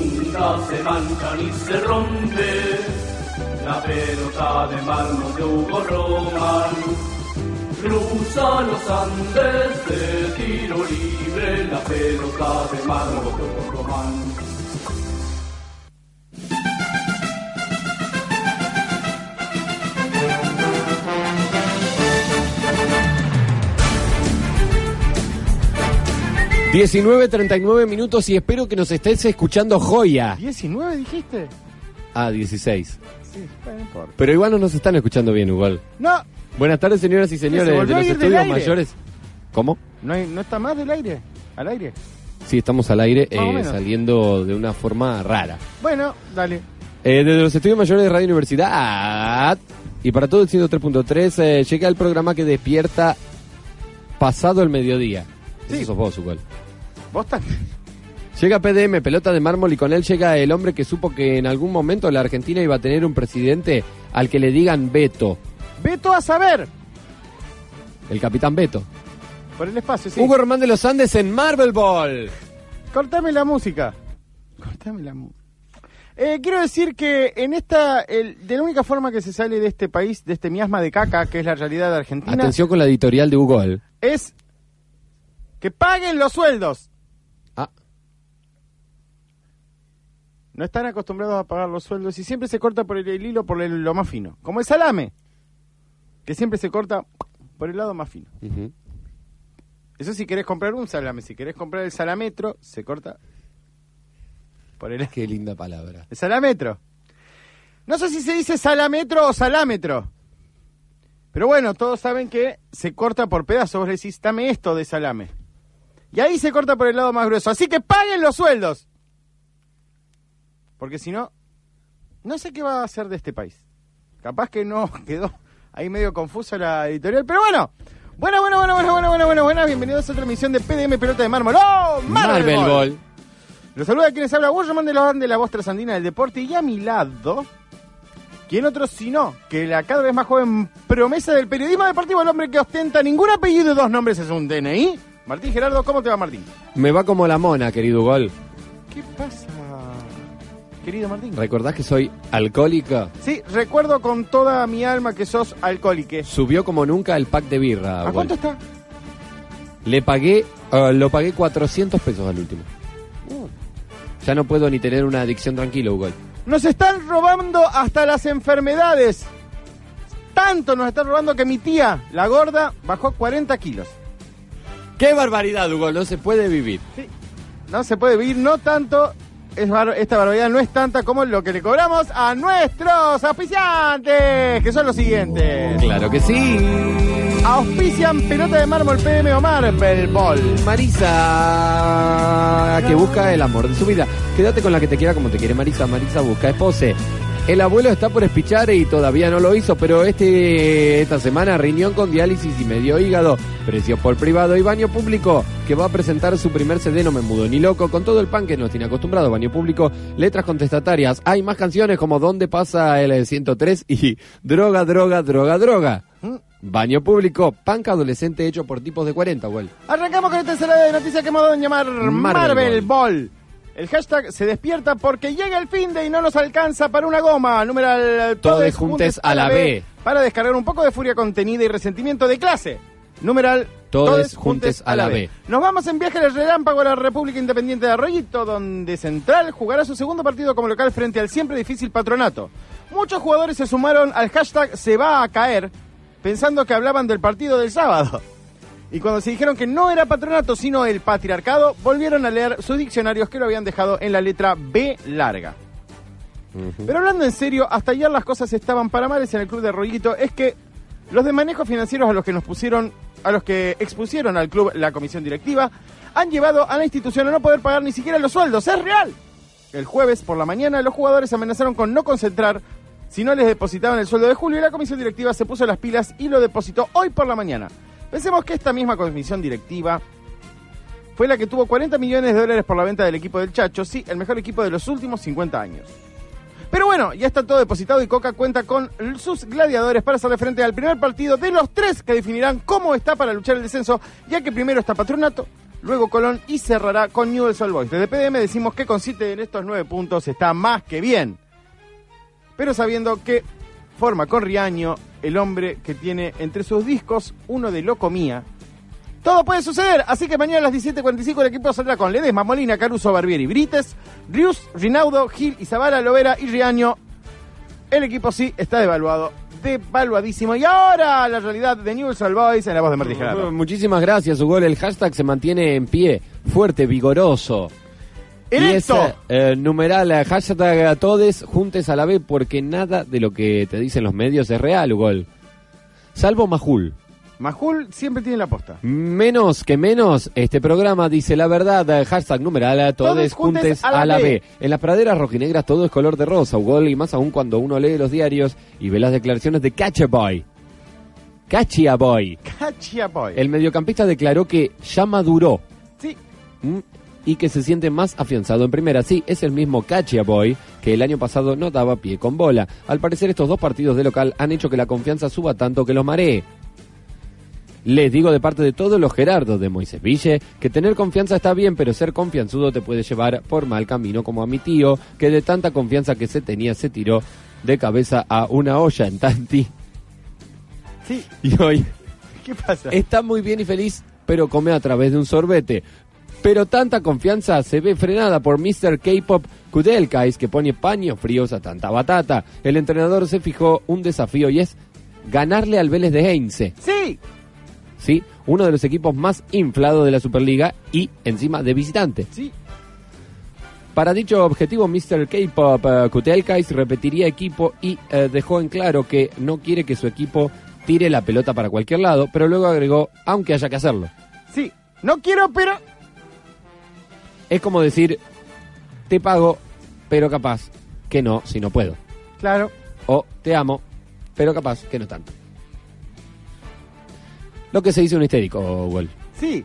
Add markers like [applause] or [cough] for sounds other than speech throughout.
risas se mancan y se rompe la pelota de mármol de Hugo Roman. Cruza los Andes de tiro libre la pelota de mármol de Hugo Roman. Roman. 19, 39 minutos y espero que nos estés escuchando joya. ¿19 dijiste? Ah, 16. Sí, bueno, no importa. Pero igual no nos están escuchando bien, igual. No, Buenas tardes, señoras y señores Se de volvió a los ir del estudios aire. mayores. ¿Cómo? no, hay- no está más del aire. Al aire. Sí, estamos al aire Más o eh, menos. saliendo de una forma rara. Bueno, dale. Eh, desde los estudios mayores de Radio Universidad y para todo el 103.3 eh, llega el programa que despierta pasado el mediodía. Sí. Eso sos vos, igual. Vos [laughs] también. Llega PDM, pelota de mármol, y con él llega el hombre que supo que en algún momento la Argentina iba a tener un presidente al que le digan Beto, Beto a saber. el capitán Beto. Por el espacio, sí. Hugo Román de los Andes en Marvel Ball. Cortame la música. Cortame la música. quiero decir que en esta, el- de la única forma que se sale de este país, de este miasma de caca, que es la realidad de Argentina, Atención con la editorial de Hugo. eh. es que paguen los sueldos. Ah, No están acostumbrados a pagar los sueldos y siempre se corta por el, el hilo, por el- lo más fino. Como el salame, que siempre se corta por el lado más fino. ujú. Eso si querés comprar un salame, si querés comprar el salametro, se corta por el... Qué linda palabra. El salametro. No sé si se dice salametro o salámetro. Pero bueno, todos saben que se corta por pedazos. Vos le decís, dame esto de salame. Y ahí se corta por el lado más grueso. Así que paguen los sueldos. Porque si no, no sé qué va a hacer de este país. Capaz que no quedó ahí medio confusa la editorial. Pero bueno. Bueno, bueno, bueno, bueno, bueno, bueno, bueno, buenas. Bienvenidos a otra emisión de PDM Pelota de Mármol. ¡Oh, Marvel, Ball! Los saluda quienes habla Guillermo de los Andes, la voz trasandina del deporte y a mi lado, ¿quién otro sino que la cada vez más joven promesa del periodismo deportivo, el hombre que ostenta ningún apellido y dos nombres es un DNI? Martín Gerardo, ¿cómo te va Martín? Me va como la mona, querido Gol. ¿Qué pasa, querido Martín? ¿Recordás que soy alcohólica? sí, recuerdo con toda mi alma que sos alcohólico. Subió como nunca el pack de birra. ¿A Gol. cuánto está? Le pagué, eh, lo pagué 400 pesos al último. Uh. Ya no puedo ni tener una adicción tranquilo, Hugo. Nos están robando hasta las enfermedades. Tanto nos están robando que mi tía, la gorda, bajó 40 kilos. ¡Qué barbaridad, Hugo! No se puede vivir. No se puede vivir, no tanto. es bar- esta barbaridad no es tanta como lo que le cobramos a nuestros auspiciantes, que son los siguientes. Claro que sí. Auspician pelota de mármol PM o Marvel Ball. Marisa, que busca el amor de su vida. Quédate con la que te quiera como te quiere Marisa. Marisa busca esposa. El abuelo está por espichar y todavía no lo hizo, pero este esta semana riñón con diálisis y medio hígado, precio por privado y baño público, que va a presentar su primer CD No me mudo ni loco, con todo el pan que nos tiene acostumbrado, baño público, letras contestatarias. Hay más canciones como ¿Dónde pasa el 103? y Droga, droga, droga, droga. Baño público, panca adolescente hecho por tipos de 40, güey. Arrancamos con esta ensalada de noticias que hemos dado en llamar Marvel, Marvel Ball. El hashtag se despierta porque llega el fin de y no nos alcanza para una goma. Numeral Todes juntes a la B. Para descargar un poco de furia contenida y resentimiento de clase. Numeral Todes juntes a la B. Nos vamos en viaje al relámpago a la República Independiente de Arroyito, donde Central jugará su segundo partido como local frente al siempre difícil patronato. Muchos jugadores se sumaron al hashtag se va a caer, pensando que hablaban del partido del sábado. Y cuando se dijeron que no era patronato, sino el patriarcado, volvieron a leer sus diccionarios que lo habían dejado en la letra B larga. Pero hablando en serio, hasta ayer las cosas estaban para males en el club de Rollito. Es que los de manejos financieros a los que nos pusieron, a los que expusieron al club la comisión directiva, han llevado a la institución a no poder pagar ni siquiera los sueldos. ¡Es real! El jueves por la mañana los jugadores amenazaron con no concentrar si no les depositaban el sueldo de julio y la comisión directiva se puso las pilas y lo depositó hoy por la mañana. Pensemos que esta misma comisión directiva fue la que tuvo 40 millones de dólares por la venta del equipo del Chacho, sí, el mejor equipo de los últimos 50 años. Pero bueno, ya está todo depositado y Coca cuenta con sus gladiadores para hacerle frente al primer partido de los tres que definirán cómo está para luchar el descenso, ya que primero está Patronato, luego Colón y cerrará con Newell's Old Boys. Desde PDM decimos que consiste en estos nueve puntos, está más que bien. Pero sabiendo que forma con Riaño el hombre que tiene entre sus discos uno de Locomía. Todo puede suceder, así que mañana a las 17.45 el equipo saldrá con Ledesma, Molina, Caruso, Barbieri, Brites, Rius, Rinaudo, Gil, Izabala, Lovera y Riaño. El equipo sí está devaluado, devaluadísimo. Y ahora la realidad de Newell's Old Boys en la voz de Martín Gerardo. Bueno, Muchísimas gracias, Hugo. El hashtag se mantiene en pie, fuerte, vigoroso. Y es, Erecto. eh, numeral eh, hashtag a todes, juntes a la vez, porque nada de lo que te dicen los medios es real, Hugo. Salvo Majul. Majul siempre tiene la posta. Menos que menos, este programa dice la verdad, eh, hashtag numeral a todes, juntes a la B. En las praderas rojinegras todo es color de rosa, Hugo, y más aún cuando uno lee los diarios y ve las declaraciones de Catchaboy. Cachiaboy. Cachia boy. El mediocampista declaró que ya maduró Sí, ¿m? y que se siente más afianzado en primera. Sí, es el mismo Cachia Boy que el año pasado no daba pie con bola. Al parecer estos dos partidos de local han hecho que la confianza suba tanto que los maree. Les digo de parte de todos los Gerardos de Moisés Ville que tener confianza está bien, pero ser confianzudo te puede llevar por mal camino como a mi tío, que de tanta confianza que se tenía se tiró de cabeza a una olla en Tanti sí. y hoy ¿Qué pasa? [laughs] Está muy bien y feliz, pero come a través de un sorbete. Pero tanta confianza se ve frenada por Mr. K-Pop Kudelkais, que pone paños fríos a tanta batata. El entrenador se fijó un desafío y es ganarle al Vélez de Heinze, Sí. ¿sí? Uno de los equipos más inflados de la Superliga y encima de visitante. Sí. Para dicho objetivo, Mr. K-Pop eh, Kutelkais repetiría equipo y eh, dejó en claro que no quiere que su equipo tire la pelota para cualquier lado, pero luego agregó, aunque haya que hacerlo. Sí. No quiero, pero... Es como decir, te pago, pero capaz que no si no puedo. Claro. O te amo, pero capaz que no tanto. Lo que se dice un histérico, Gol. Sí.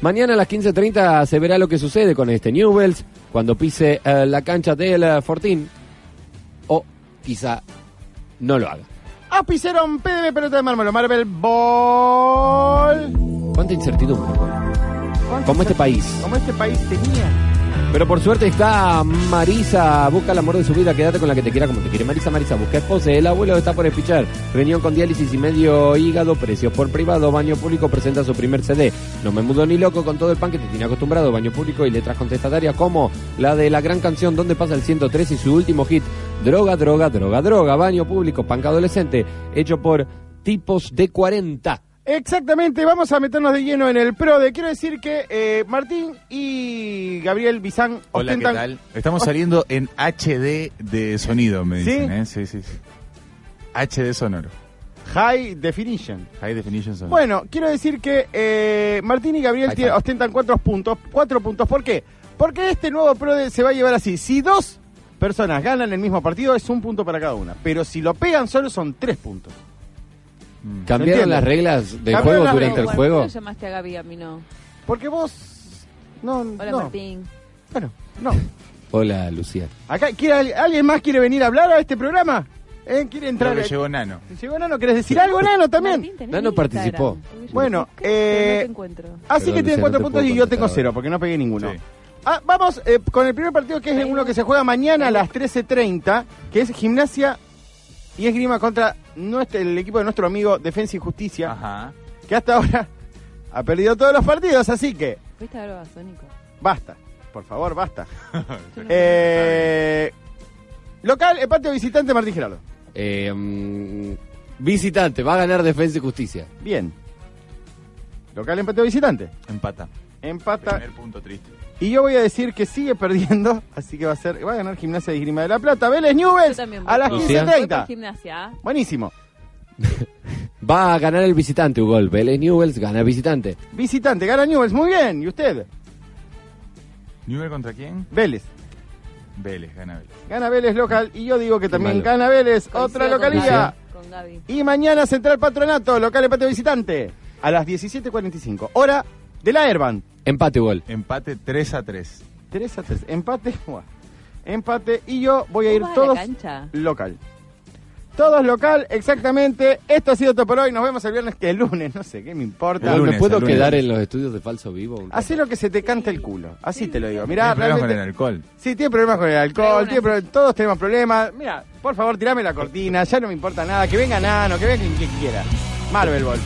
Mañana a las 15.30 se verá lo que sucede con este Newells cuando pise eh, la cancha del eh, Fortín. O quizá no lo haga. Apiceron PDB pelota de mármol, Marvel Ball. Cuánta incertidumbre. Como este país. Como este país tenía. Pero por suerte está Marisa, busca el amor de su vida, quédate con la que te quiera como te quiere. Marisa, Marisa, busca esposa, el abuelo está por espichar. Reunión con diálisis y medio hígado, precios por privado, baño público presenta su primer CD. No me mudo ni loco con todo el pan que te tiene acostumbrado, baño público y letras contestatarias como la de la gran canción Donde pasa el 103 y su último hit, Droga, Droga, Droga, Droga, baño público, panca adolescente, hecho por tipos de 40. Exactamente, vamos a meternos de lleno en el pro de. Quiero decir que eh, Martín y Gabriel Bizán Hola, ostentan. ¿qué tal? Estamos saliendo en HD de sonido, me ¿Sí? dicen, ¿eh? Sí, sí, sí. HD sonoro. High Definition. High Definition Sonoro. Bueno, quiero decir que eh, Martín y Gabriel Ahí tiene- está. ostentan cuatro puntos. Cuatro puntos, ¿por qué? Porque este nuevo pro de- se va a llevar así. Si dos personas ganan el mismo partido, es un punto para cada una. Pero si lo pegan solo, son tres puntos. ¿Cambiaron Mm. entiende. las reglas del Cambiaron juego las durante el reglas. juego? ¿Por qué no llamaste a Gaby a mí no? Porque vos. No, Hola, no. Martín. Bueno, no. Hola, Lucía. Acá, ¿quiere, al- ¿alguien más quiere venir a hablar a este programa? ¿Eh? ¿Quiere Creo entrar? que llegó Nano. Llegó Nano, ¿querés decir algo, Nano, también? Martín, tenés Nano mi Instagram. participó. Uy, yo Bueno, busqué, pero eh, No te encuentro. Así Perdón, que Luciano, tienen cuatro te puntos puedo y yo tengo contestar. cero, porque no pegué ninguno. Sí. Ah, vamos eh, con el primer partido, que es uno que se juega mañana a las 13.30, que es Gimnasia y Esgrima contra nuestro, el equipo de nuestro amigo Defensa y Justicia, Ajá. que hasta ahora [laughs] ha perdido todos los partidos, así que ¿Fuiste a Babasónico? basta. Por favor, basta. Eh, local, empate o visitante, Martín Gerardo. Eh, mm, visitante, va a ganar Defensa y Justicia. Bien. Local empate o visitante. Empata. Empata. Primer punto triste. Y yo voy a decir que sigue perdiendo, [laughs] así que va a ser, va a ganar Gimnasia de Grima de la Plata. Vélez Newells Yo también voy. a las Lucía. Voy por 15.30. gimnasia. Buenísimo. Va a ganar el visitante, Hugo. Vélez Newells gana visitante. Visitante, gana Newells, muy bien. ¿Y usted? ¿Newell contra quién? Vélez. Vélez, gana Vélez. Gana Vélez local y yo digo que también malo. gana Vélez, otra Coincido con localidad. Gaby, Con Gaby. Y mañana Central Patronato, local empate visitante, a las 17.45, hora de la Herban. Empate, Hugo. Empate 3 a 3. 3 a 3, [laughs] empate, buah. empate y yo voy a ¿Vos ir vas a la todos cancha? local. Todo es local, exactamente. Esto ha sido todo por hoy. Nos vemos el viernes que el lunes. No sé, ¿qué me importa? Igual, ¿Me lunes, puedo el lunes. quedar en los estudios de falso vivo? un rato? Hacé lo que se te cante el culo. Así te lo digo. Tiene Mirá, problemas con el realmente- alcohol. Sí, tiene problemas con el Pero alcohol, bueno. tiene pro- todos tenemos problemas. Mira, por favor, tirame la cortina, ya no me importa nada, que venga Nano, que venga quien quiera. Marvel Ball.